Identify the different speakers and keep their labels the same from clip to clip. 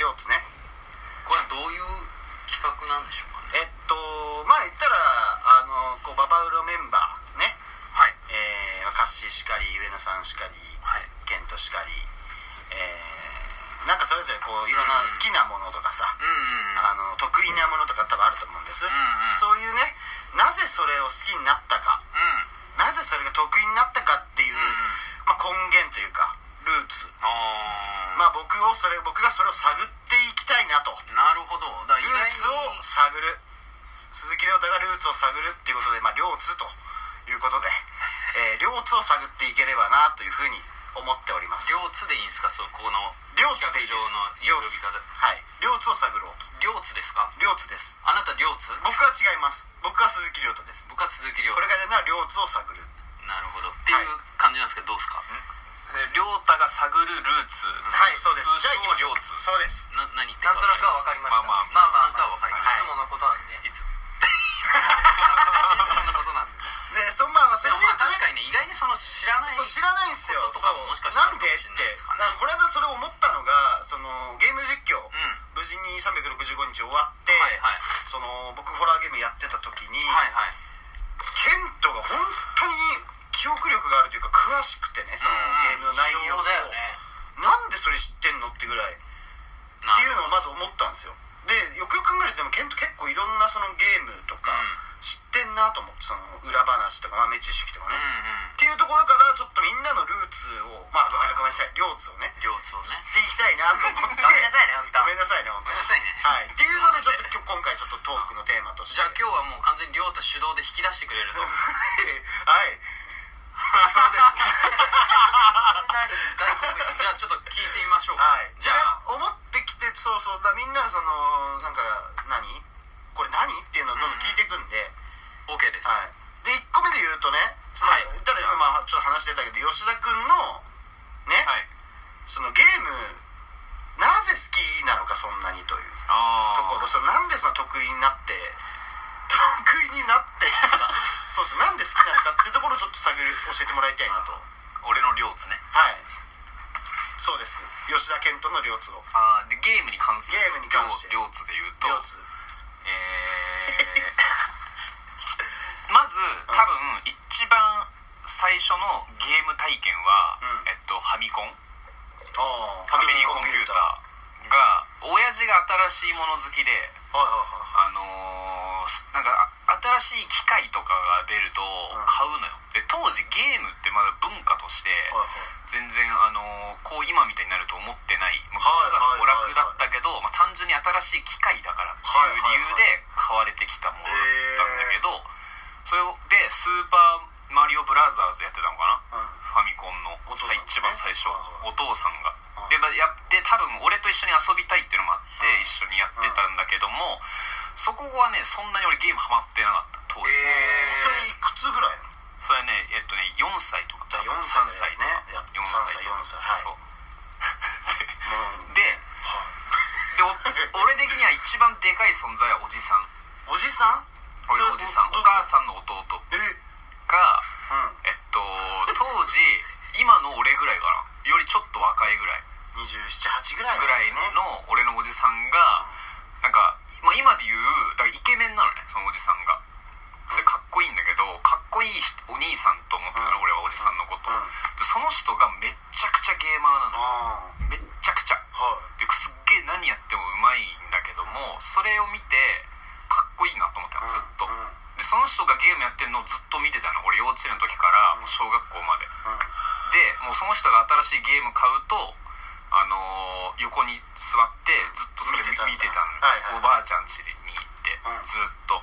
Speaker 1: 両津ね
Speaker 2: これはどういう企画なんでしょうかね
Speaker 1: えっとまあ言ったらあのこうババウロメンバーね
Speaker 2: はい
Speaker 1: えー、カッシーしかり上野さんしかり
Speaker 2: はい
Speaker 1: ケントしかり、えーなんかそれぞれこういろんな好きなものとかさ、
Speaker 2: うんうん
Speaker 1: あの得意なものとか多分あると思うんです、
Speaker 2: んうん
Speaker 1: そういうねなぜそれを好きになったか
Speaker 2: うん
Speaker 1: なぜそれが得意になったかっていう、まあ、根源というかルーツ、
Speaker 2: ああ、
Speaker 1: まあ、僕をそれ僕がそれを探っていきたいなと
Speaker 2: なるほどだから意
Speaker 1: ルー
Speaker 2: 外に
Speaker 1: ツを探る鈴木亮太がルーツを探るっていうことで、まあ、両津ということで、えー、両津を探っていければなというふうに思っております
Speaker 2: 両津でいいんですかそのこの
Speaker 1: 両津でいいです
Speaker 2: 企画上の呼び方
Speaker 1: はい両津を探ろうと
Speaker 2: 両津ですか
Speaker 1: 両津です
Speaker 2: あなた両津
Speaker 1: 僕は違います僕は鈴木亮太です
Speaker 2: 僕は鈴木亮
Speaker 1: これからのは両津を探る
Speaker 2: なるほどっていう感じなんですけどどうですか
Speaker 3: 亮太が探るルーツ
Speaker 1: はいそうです
Speaker 3: 通
Speaker 1: じゃあ行きまし
Speaker 3: 称
Speaker 1: ょ
Speaker 3: 両
Speaker 1: う
Speaker 3: 津
Speaker 1: そうです
Speaker 2: な何言って
Speaker 3: なんとなくは分かりました
Speaker 2: まあ
Speaker 3: まあ
Speaker 2: なん
Speaker 3: まあ
Speaker 2: となくは分かりまし
Speaker 3: い
Speaker 2: た
Speaker 3: つものことなん
Speaker 2: い
Speaker 3: でい
Speaker 2: つ
Speaker 3: つものことなんで
Speaker 1: でそまあまあそ
Speaker 2: で
Speaker 1: れ
Speaker 2: も
Speaker 1: で言
Speaker 2: まあ
Speaker 1: うと
Speaker 2: 確か
Speaker 1: ね
Speaker 2: にね意外にその知らない
Speaker 1: そう知らないんですよ
Speaker 2: こととかももしかしたら
Speaker 1: そうなんでっ
Speaker 2: あるかもしれな
Speaker 1: て
Speaker 2: いですからね
Speaker 1: だからこれ間それを思ったのがそのゲーム実況、
Speaker 2: ん
Speaker 1: 無事に365日終わって、
Speaker 2: はいはい
Speaker 1: その僕ホラーゲームやってた時に、
Speaker 2: はいはい
Speaker 1: ケントが本当に記憶力があるというか詳しくてねそのゲームの内容を、
Speaker 3: そうだよね
Speaker 1: なんでそれ知ってんのってぐらい
Speaker 2: な
Speaker 1: っていうのをまず思ったんですよでよくよく考えるとでもケント結構いろんなそのゲームとか
Speaker 2: うん
Speaker 1: 知ってんなと思ってその裏話とか豆知識とかね、
Speaker 2: うんうん
Speaker 1: っていうところからちょっとみんなのルーツをまあごめんごめんなさい両津をね
Speaker 2: 両津を
Speaker 1: 知
Speaker 2: ね
Speaker 1: っていきたいなと思
Speaker 3: ごめん
Speaker 1: って
Speaker 3: なさいね本当
Speaker 1: ごめんなさいね本
Speaker 2: ごめん
Speaker 1: 当
Speaker 2: なさいね
Speaker 1: はいっていうのでちょっと今日今回ちょっとトークのテーマとし
Speaker 2: じ
Speaker 1: て
Speaker 2: ゃあ今日はもう完全に亮太主導で引き出してくれると
Speaker 1: はいそうです
Speaker 2: 大好物 じゃあちょっと聞いてみましょうか
Speaker 1: はい
Speaker 2: じゃあ
Speaker 1: 思ってきてそうそうだみんなそのなんか何これ何っていうのをどんどん聞いていくんで、
Speaker 2: OK です
Speaker 1: はいで1個目で言うとね
Speaker 2: はい
Speaker 1: まあただ今まあちょっと話出たけど吉田君のね、
Speaker 3: はい
Speaker 1: そのゲームなぜ好きなのかそんなにという
Speaker 2: あ
Speaker 1: ところそのなんでその得意になって得意になって そうですなんで好きなのかっていうところをちょっと探る教えてもらいたいなと
Speaker 2: 俺の両津ね
Speaker 1: はいそうです吉田健人の両津を
Speaker 3: あーでゲームに関する
Speaker 1: ゲームに関して
Speaker 3: 両両津で言うと
Speaker 1: 両津
Speaker 3: えーまず多分一番最初のゲーム体験は、
Speaker 1: うん
Speaker 3: えっと、ファミコンフ
Speaker 1: あ
Speaker 3: ァ
Speaker 1: あ
Speaker 3: ミリーコンピューターが親父が新しいもの好きで
Speaker 1: はいはいはい
Speaker 3: あのーすなんかあ新しい機械とかが出ると買うのよ、で当時ゲームってまだ文化として
Speaker 1: はい
Speaker 3: 全然あのーこう今みたいになると思ってないもう
Speaker 1: はい
Speaker 3: ただの娯
Speaker 1: はいは
Speaker 3: 楽
Speaker 1: い
Speaker 3: だったけど、まあ、単純に新しい機械だからっていう理由で買われてきたものだったんだけど、それで「スーパーマリオブラザーズ」やってたのかな、
Speaker 1: うん
Speaker 3: ファミコンの
Speaker 1: お父さん
Speaker 3: 一番最初
Speaker 1: は
Speaker 3: お父さんが
Speaker 1: うん
Speaker 3: でまあやで多分俺と一緒に遊びたいっていうのもあって
Speaker 1: うん
Speaker 3: 一緒にやってたんだけどもそこはねそんなに俺ゲームハマってなかった当時、
Speaker 2: えー
Speaker 1: それいくつぐらいの
Speaker 3: それねえっとね4歳とか
Speaker 1: じゃあ4
Speaker 3: 3
Speaker 1: 歳
Speaker 3: 歳
Speaker 1: だよね
Speaker 3: 4歳
Speaker 1: 4歳はい
Speaker 3: そう
Speaker 1: もう
Speaker 3: ででお 俺的には一番でかい存在はおじさん
Speaker 1: おじさん
Speaker 3: 俺のおじさんお
Speaker 1: それ
Speaker 3: 母さんの弟が
Speaker 1: えうん
Speaker 3: えっと当時今の俺ぐらいかなよりちょっと若いぐらい
Speaker 1: 278ぐらい
Speaker 3: ぐらい
Speaker 1: の
Speaker 3: の俺のおじさんがなんか、まあ、今で言うだからイケメンなのねそのおじさんがそれかっこいいんだけどかっこいい人お兄さんと思ってたの俺はおじさんのこと
Speaker 1: うん
Speaker 3: でその人がめっちゃくちゃゲーマーなの
Speaker 1: ああ
Speaker 3: めっちゃくちゃ
Speaker 1: はい
Speaker 3: ですっげえ何やってもうまいんだけどもそれを見てかっこいいなと思ったのずっと
Speaker 1: うんうん
Speaker 3: でその人がゲームやってるのをずっと見てたの俺幼稚園の時からもう小学校まで
Speaker 1: うん
Speaker 3: でもうその人が新しいゲーム買うとあのー横に座ってずっとそれ見
Speaker 1: 見
Speaker 3: 見て
Speaker 1: てた
Speaker 3: た
Speaker 1: ん
Speaker 3: の、
Speaker 1: だはいはい
Speaker 3: おばあちゃん家に行って、
Speaker 1: うん
Speaker 3: ずっと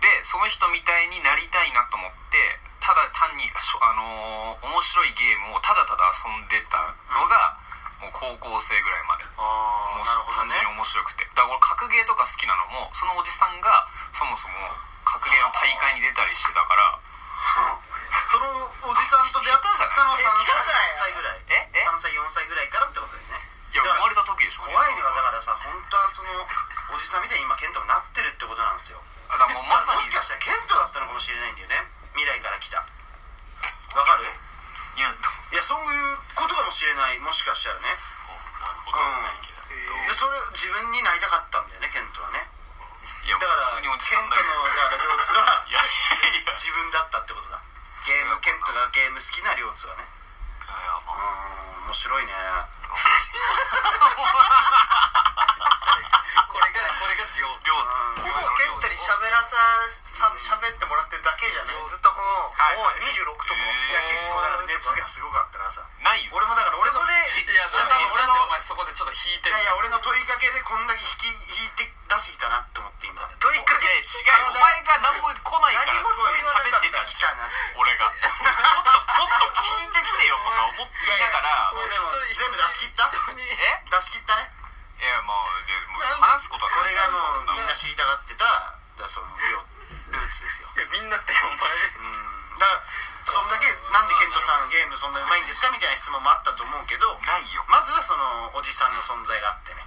Speaker 3: でその人みたいになりたいなと思ってただ単に、しょあのー面白いゲームをただただ遊んでたのが、もう高校生ぐらいまで。
Speaker 1: ああなるほど
Speaker 3: 単
Speaker 1: ね
Speaker 3: 純に面白くてだから俺格ゲーとか好きなのもそのおじさんがそもそも格ゲーの大会に出たりしてたから
Speaker 1: そのおじさんと出会ったのは3
Speaker 3: 下手じ
Speaker 1: 歳ぐらい
Speaker 3: ええ
Speaker 1: 3歳4歳ぐらいからってことだよね
Speaker 3: いや生まれた時でしょ
Speaker 1: 怖いのはだからさ本当はそのおじさんみたいに今ケントがなってるってことなんですよ
Speaker 3: あだからもうまさ
Speaker 1: も
Speaker 3: に
Speaker 1: しかしたらケントだったのかもしれないんだよね未来から来たわかるい
Speaker 2: いやどう
Speaker 1: やそういうことかもしれないもしかしたらね
Speaker 2: なるほど、
Speaker 1: うん
Speaker 2: ないけど
Speaker 1: でそれ自分になりたかったんだよねケントはね
Speaker 3: いや
Speaker 1: だ
Speaker 3: 普
Speaker 1: から
Speaker 3: 通
Speaker 1: ケ
Speaker 3: に
Speaker 1: ントの
Speaker 3: おじさんだけど
Speaker 1: だから両津はい
Speaker 3: やいやいやいや
Speaker 1: 自分だったってことだゲームケントがゲーム好きな両津はね
Speaker 3: まあ
Speaker 1: うん面白いね
Speaker 2: これがこれが両
Speaker 3: 両
Speaker 4: ほ
Speaker 3: 津
Speaker 4: ぼケントに喋らささ喋ってもらってるだけじゃないずっとこの、
Speaker 1: はい
Speaker 4: もう26とか、
Speaker 1: いや結構だから熱がすごかったからさ
Speaker 3: ないよ
Speaker 1: 俺もだから俺の
Speaker 2: いや
Speaker 1: じゃあ多分俺
Speaker 2: なんでお
Speaker 1: の
Speaker 2: 前そこでちょっと引い
Speaker 1: い
Speaker 2: て
Speaker 1: や
Speaker 2: る
Speaker 1: いや俺の問いかけでこんだけ引き引いて出してきたなって思って今
Speaker 4: 問い
Speaker 3: い
Speaker 4: か
Speaker 3: や
Speaker 4: け
Speaker 3: 違うお前が何も来ないから
Speaker 4: 何も
Speaker 3: すごい喋ってた
Speaker 1: 来たなって
Speaker 3: 俺がもっともっと聞いてきてよとか思っていながら
Speaker 1: いやいやもうでも全部出し切った
Speaker 2: 本当に
Speaker 3: え
Speaker 1: 出し切ったね
Speaker 3: いやもうでもう話すことは
Speaker 1: これが
Speaker 3: そん
Speaker 1: もうみん
Speaker 3: な
Speaker 1: な知りたがってただからその両ルーツですよ
Speaker 4: いやみんなってお
Speaker 1: う
Speaker 4: 前
Speaker 1: んだからそんだけなんでケントさんゲームそんなうまいんですかみたいな質問もあったと思うけど
Speaker 3: ないよ
Speaker 1: まずはそのおじさんの存在があってね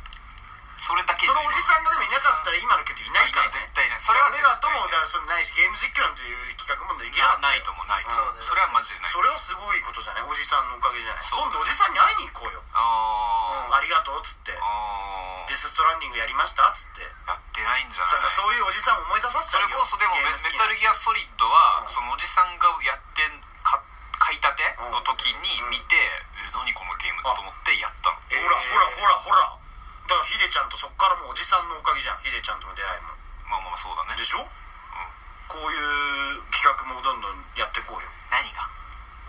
Speaker 3: それだけ
Speaker 1: そのおじさんがでもいなかったら今のケントいないから
Speaker 3: 絶
Speaker 1: ね
Speaker 3: 対ないそ
Speaker 1: そ
Speaker 3: れ
Speaker 1: れ
Speaker 3: は
Speaker 1: は
Speaker 3: 絶対
Speaker 1: 俺らともだからそれないしゲーム実況なんていう企画もできなかった
Speaker 3: ないともないと思う
Speaker 1: うん
Speaker 3: それはマジでない
Speaker 1: それはすごいことじゃないおじさんのおかげじゃない
Speaker 3: そう
Speaker 1: 今度おじさんに会いに行こうよ、
Speaker 3: あー
Speaker 1: ありがとうっつって「デ
Speaker 3: あー
Speaker 1: ス・ストランディングやりました」っつって
Speaker 3: やってないんじゃ
Speaker 1: だから
Speaker 3: ない
Speaker 1: そういうおじさんを思い出させ
Speaker 3: そ
Speaker 1: てあ
Speaker 3: れ
Speaker 1: げよ
Speaker 3: こ
Speaker 1: う
Speaker 3: そでもメメタル
Speaker 1: ゲーム好きな
Speaker 3: ギアソリッドはそのおじさんがやってんか買いたての時に見てえ何このゲームと思ってやったの
Speaker 1: ほらほらほらほらだからヒデちゃんとそっからもうおじさんのおかげじゃんヒデちゃんとの出会いも
Speaker 3: まあまあまあそうだね
Speaker 1: でしょ、こういう企画もどんどんやってこうよ
Speaker 3: 何が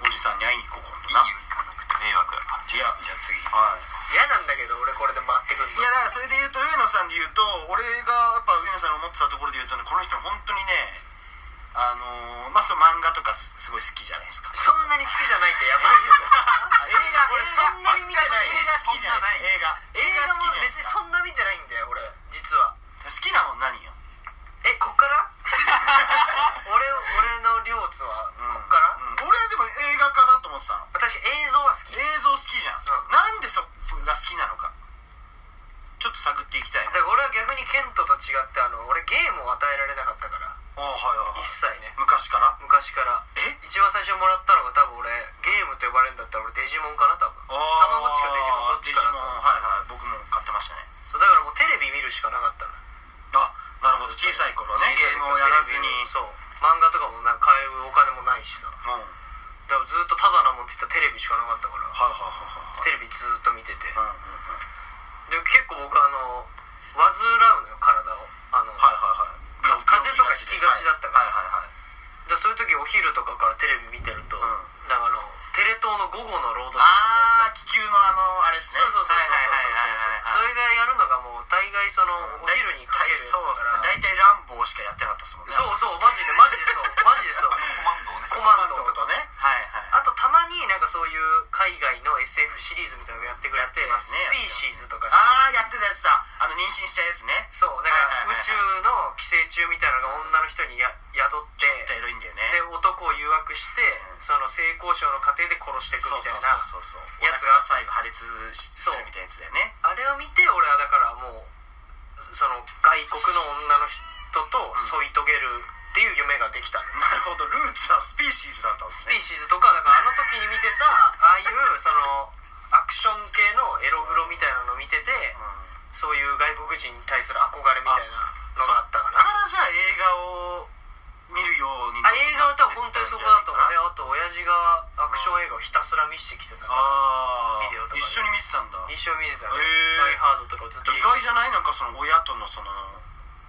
Speaker 1: おじさんに会いに行こう
Speaker 3: いいよ
Speaker 1: 今度な
Speaker 3: 行かなくて迷惑だから
Speaker 1: いや
Speaker 3: じゃあ次
Speaker 1: はい
Speaker 4: 嫌なんだけど俺これで回ってくん
Speaker 1: いや
Speaker 4: の
Speaker 1: だからそれで言うと上野さんで言うと俺がやっぱ上野さんの思ってたところで言うとねこの人本当にねあのー、まあその漫画とかすすごい好きじゃないですか
Speaker 4: そんなに好きじゃないってやばいよ
Speaker 1: あ映画
Speaker 4: 俺
Speaker 1: 映
Speaker 4: そ
Speaker 1: 画
Speaker 4: んなに見てない
Speaker 1: 映画好きじゃないですか映画映
Speaker 4: 映
Speaker 1: 画好
Speaker 4: 画も
Speaker 1: きじゃない
Speaker 4: 別
Speaker 1: で
Speaker 4: に
Speaker 1: すか
Speaker 4: そんな見てないんだよ俺実は
Speaker 1: 好きなもん何よ
Speaker 4: えこっ から俺俺の両津はこっから、
Speaker 1: うん俺でも映画かなと思ってたの
Speaker 4: 私映像は好き
Speaker 1: 映像好きじゃん、
Speaker 4: う
Speaker 1: な
Speaker 4: ん
Speaker 1: んでそこが好きなのかちょっと探っていきたい
Speaker 4: だ
Speaker 1: な
Speaker 4: から俺は逆にケントと違ってあの俺ゲームを与えられなかったから
Speaker 1: あはいはい
Speaker 4: 一切ね
Speaker 1: 昔からあ
Speaker 4: 昔から
Speaker 1: え
Speaker 4: 一番最初もらったのが多分俺ゲームと呼ばれるんだったら俺デジモンかな多分たまごっちかデジモンどっちか
Speaker 1: デジモンはいはい
Speaker 4: なと
Speaker 1: 僕も買ってましたね
Speaker 4: そうだからもうテレビ見るしかなかったの
Speaker 1: あなるほど小さい頃ねゲームをやらずに
Speaker 4: そう漫画とかもなんか買えるお金もないしさだ
Speaker 1: うんはい
Speaker 4: からずっとただなもんって言ったらテレビしかなかったから
Speaker 1: はいはい
Speaker 4: テレビずっと見ててで
Speaker 1: はいうんうんうん
Speaker 4: も結構僕あの患うのよ体をあの、
Speaker 1: はいはいはい
Speaker 4: か風邪とかひきがちだったか
Speaker 1: は
Speaker 4: ら
Speaker 1: いはいはいはい
Speaker 4: でそういう時お昼とかからテレビ見てると、
Speaker 1: ん
Speaker 4: なんかあのテレ東の午後のロードショーみたいな
Speaker 1: あ
Speaker 4: さ
Speaker 1: あ気球のあのあれですね
Speaker 4: そうそうそう
Speaker 1: は
Speaker 4: そうそうそうそ
Speaker 1: いはいはいはいはい
Speaker 4: れがやるのがもう大概そのお昼にかけるやつ
Speaker 1: そうっすね大
Speaker 4: だから
Speaker 1: 体ランボーしかやってなかったですもんね
Speaker 4: そうそうマジでマジで そうマジでそう
Speaker 3: コマンドをね
Speaker 4: コ
Speaker 1: コ
Speaker 4: マ
Speaker 1: マ
Speaker 4: ン
Speaker 1: ン
Speaker 4: ド
Speaker 1: ド
Speaker 4: と
Speaker 1: と
Speaker 4: か
Speaker 1: かねはいはい
Speaker 4: あとたまになんかそういう海外の SF シリーズみたいなのやってくれて
Speaker 1: やってますね
Speaker 4: スピーシーズとか
Speaker 1: ああやってたやつだあの妊娠したやつね
Speaker 4: そうなんか
Speaker 1: はいはいはいはい
Speaker 4: 宇宙の寄生虫みたいなのが女の人にや宿っ
Speaker 1: ち
Speaker 4: て
Speaker 1: ょっとエロいんだよね
Speaker 4: で男を誘惑してその性交渉の過程で殺していく
Speaker 1: そ
Speaker 4: み
Speaker 1: う
Speaker 4: たい
Speaker 1: そう
Speaker 4: な
Speaker 1: そうそうそう
Speaker 4: や
Speaker 1: や
Speaker 4: つ
Speaker 1: つ
Speaker 4: が
Speaker 1: が最後破裂しするみたいなやつだよね
Speaker 4: あれを見て俺はだからもうその外国の女の人と添い遂げるっていう夢ができたの、
Speaker 1: なるほどルーツはスピーシーズだったんです
Speaker 4: ス
Speaker 1: ね
Speaker 4: ピーシーズとかだからあの時に見てたああいうそのアクション系のエログロみたいなの見てて、そういう外国人に対する憧れみたいなのがあったか
Speaker 1: だか
Speaker 4: な
Speaker 1: らじゃあ映画を見るように
Speaker 4: あ映画は多分本当にそこだと思うで
Speaker 1: よ
Speaker 4: あと親父がアクション映画をひたすら見せてきてたから
Speaker 1: ああ
Speaker 4: ビデオとかで
Speaker 1: 一緒に見てたんだ意
Speaker 4: 一生見てた
Speaker 1: へ
Speaker 4: ね「
Speaker 1: ー
Speaker 4: ダイ・ハード」とかをずっと見て
Speaker 1: 外じゃないなんかその親とのその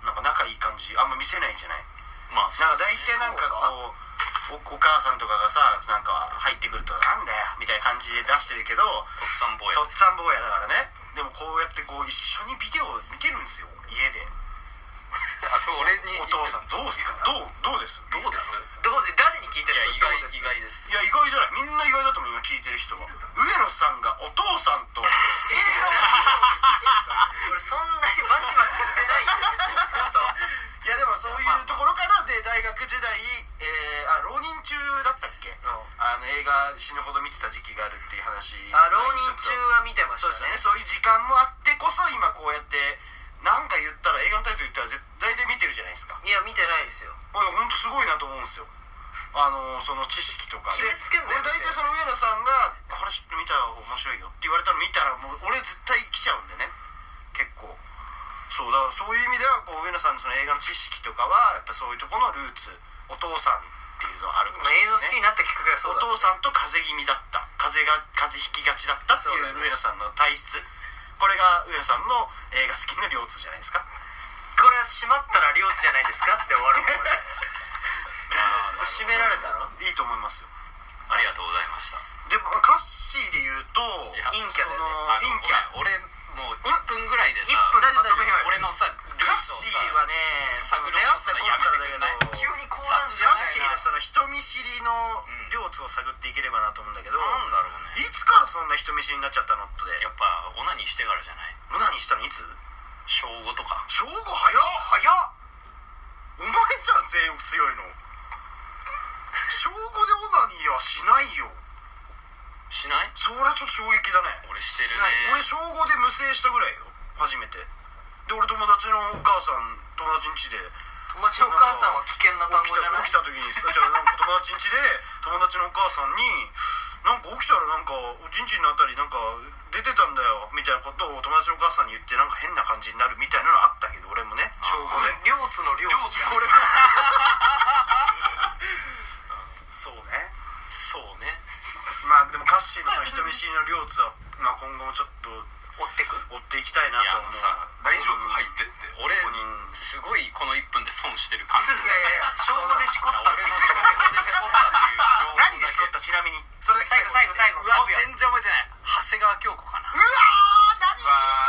Speaker 1: なんか仲いい感じあんま見せないじゃない
Speaker 3: まあ
Speaker 1: なんか大体なんかこうおお母さんとかがさなんか入ってくるとなんだよみたいな感じで出してるけど
Speaker 3: おっちゃん坊や
Speaker 1: とっつぁん坊やだからねでもこうやってこう一緒にビデオを見てるんですよ家で
Speaker 2: あそう俺に
Speaker 1: お父さんどうすかどうどうです
Speaker 2: どうです
Speaker 4: どうで誰に聞いて
Speaker 2: い
Speaker 4: る
Speaker 2: や
Speaker 4: の
Speaker 2: 意外
Speaker 4: どうです
Speaker 2: 意外です
Speaker 1: いや意外じゃないみんな意外だと思う今聞いてる人は上野さんがお父さん とえ
Speaker 4: 俺そんなにバチバチしてないよずっと
Speaker 1: いやでもそういうところからで大学時代、えー、あ浪人中だったっけ、あの映画死ぬほど見てた時期があるっていう話
Speaker 4: あ浪人中は見てまし
Speaker 1: そうです
Speaker 4: た
Speaker 1: よ
Speaker 4: ね
Speaker 1: ねそういう時間もあってこそ今こうやってなんか言ったら映画のタイトル言ったら絶対で見てるじゃないですかい
Speaker 4: いや見てないですよ
Speaker 1: やほんとすごいなと思うんですよあのその知識とか
Speaker 4: 決めつけんな
Speaker 1: 俺
Speaker 4: よ
Speaker 1: 大体その上野さんが「これちょっと見たら面白いよ」って言われたら見たらもう俺絶対来ちゃうんでね結そうだからそういう意味ではこう上野さんのその映画の知識とかはやっぱそういうところのルーツお父さんっていうのはあるかも
Speaker 4: ま
Speaker 1: し
Speaker 4: あ
Speaker 1: れ
Speaker 4: 映像好き
Speaker 1: ないですね
Speaker 4: になったきっかけはそう
Speaker 1: お
Speaker 4: だ
Speaker 1: 父さんと風邪気味だった風邪が風邪ひきがちだったっていう上野さんの体質これが上野さんの映画好きの両津じゃないですか
Speaker 4: これは閉まったら領地じゃないですかって終わるもんね閉められたの
Speaker 1: いいと思いますよ
Speaker 3: ありがとうございました
Speaker 1: でもカッシーで言うと
Speaker 3: や
Speaker 1: 陰キャだよ
Speaker 3: あ
Speaker 1: ね
Speaker 3: の
Speaker 1: 陰キャ
Speaker 3: ごめん俺もう1分ぐらいでさ
Speaker 4: 1分
Speaker 1: 大丈夫大丈夫
Speaker 3: 俺のさルー
Speaker 1: カッシ
Speaker 3: ツを
Speaker 1: ー
Speaker 3: さ
Speaker 1: はね
Speaker 3: 探ろう
Speaker 1: 出
Speaker 3: と
Speaker 1: 会っ
Speaker 3: す
Speaker 1: た
Speaker 3: るの
Speaker 1: 頃
Speaker 3: やめてくんない
Speaker 1: からだけど
Speaker 4: 急に講
Speaker 1: カ
Speaker 4: 談
Speaker 1: ッ
Speaker 4: 師
Speaker 1: シ
Speaker 4: じゃ
Speaker 1: ーの
Speaker 4: ないな
Speaker 1: その人見知りの両津を探っていければなと思うんだけど、
Speaker 3: なんだろうね
Speaker 1: いつからそんな人見知りになっちゃったのって
Speaker 3: やっぱオナニーしてからじゃない
Speaker 1: 無駄にしたのいつ
Speaker 3: 小5とか
Speaker 1: 小5早っ早っお前じゃん性欲強いの小5でオナニーはしないよ
Speaker 3: しない
Speaker 1: それはちょっと衝撃だね
Speaker 3: 俺してる
Speaker 1: 俺
Speaker 3: ね
Speaker 1: 小5で無精したぐらいよ初めてで俺友達のお母さん友達ん家で
Speaker 4: 友達のお母さんは危険な単語じゃな
Speaker 1: 起
Speaker 4: い
Speaker 1: きた起きた時にじゃあなんか友達ん家で友達のお母さんになんか起きたらなんかおちんちんのあたりなんか出てたんだよみたいなことを友達のお母さんに言ってなんか変な感じになるみたいなのあったけど俺もね小5
Speaker 4: これ
Speaker 1: で
Speaker 4: 領地の領地
Speaker 1: これそうね
Speaker 3: そうね
Speaker 1: まあでもカッシーのその人見知りの両津は、まあ、今後もちょっと
Speaker 4: 追ってく
Speaker 1: 追っていきたいない
Speaker 3: やあ
Speaker 1: と
Speaker 3: の
Speaker 1: 思う
Speaker 3: さ
Speaker 5: 大丈夫入ってって
Speaker 3: 俺
Speaker 1: そこ
Speaker 3: すご
Speaker 1: に
Speaker 3: いこの1分で損してる感じ
Speaker 4: いやいや小5でしこ
Speaker 3: 俺
Speaker 4: っ
Speaker 3: の
Speaker 4: た
Speaker 3: 小5でしこったっていう情報だ
Speaker 1: 何
Speaker 3: け
Speaker 1: でしこったちなみにそれだけ
Speaker 4: 最後最後最後
Speaker 3: うわ全然覚えてない長
Speaker 4: 5秒
Speaker 3: 谷川京子かな
Speaker 1: うわー
Speaker 5: あ
Speaker 1: 何